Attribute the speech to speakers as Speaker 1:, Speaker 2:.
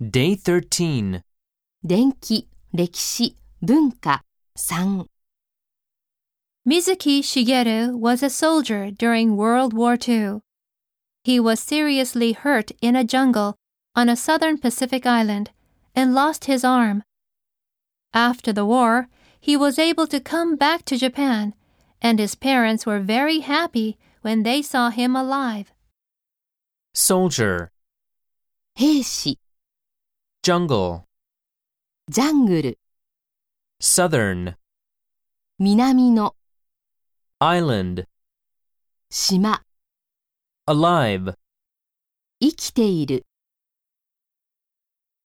Speaker 1: Day 13.
Speaker 2: 電気、歴史、文化、3。
Speaker 3: Mizuki Shigeru was a soldier during World War II. He was seriously hurt in a jungle on a southern Pacific island and lost his arm. After the war, he was able to come back to Japan, and his parents were very happy when they saw him alive.
Speaker 1: Soldier.
Speaker 2: 兵士、
Speaker 1: Jungle.
Speaker 2: ジャングル、
Speaker 1: Southern.
Speaker 2: 南の、
Speaker 1: Island.
Speaker 2: 島、
Speaker 1: Alive.
Speaker 2: 生きている。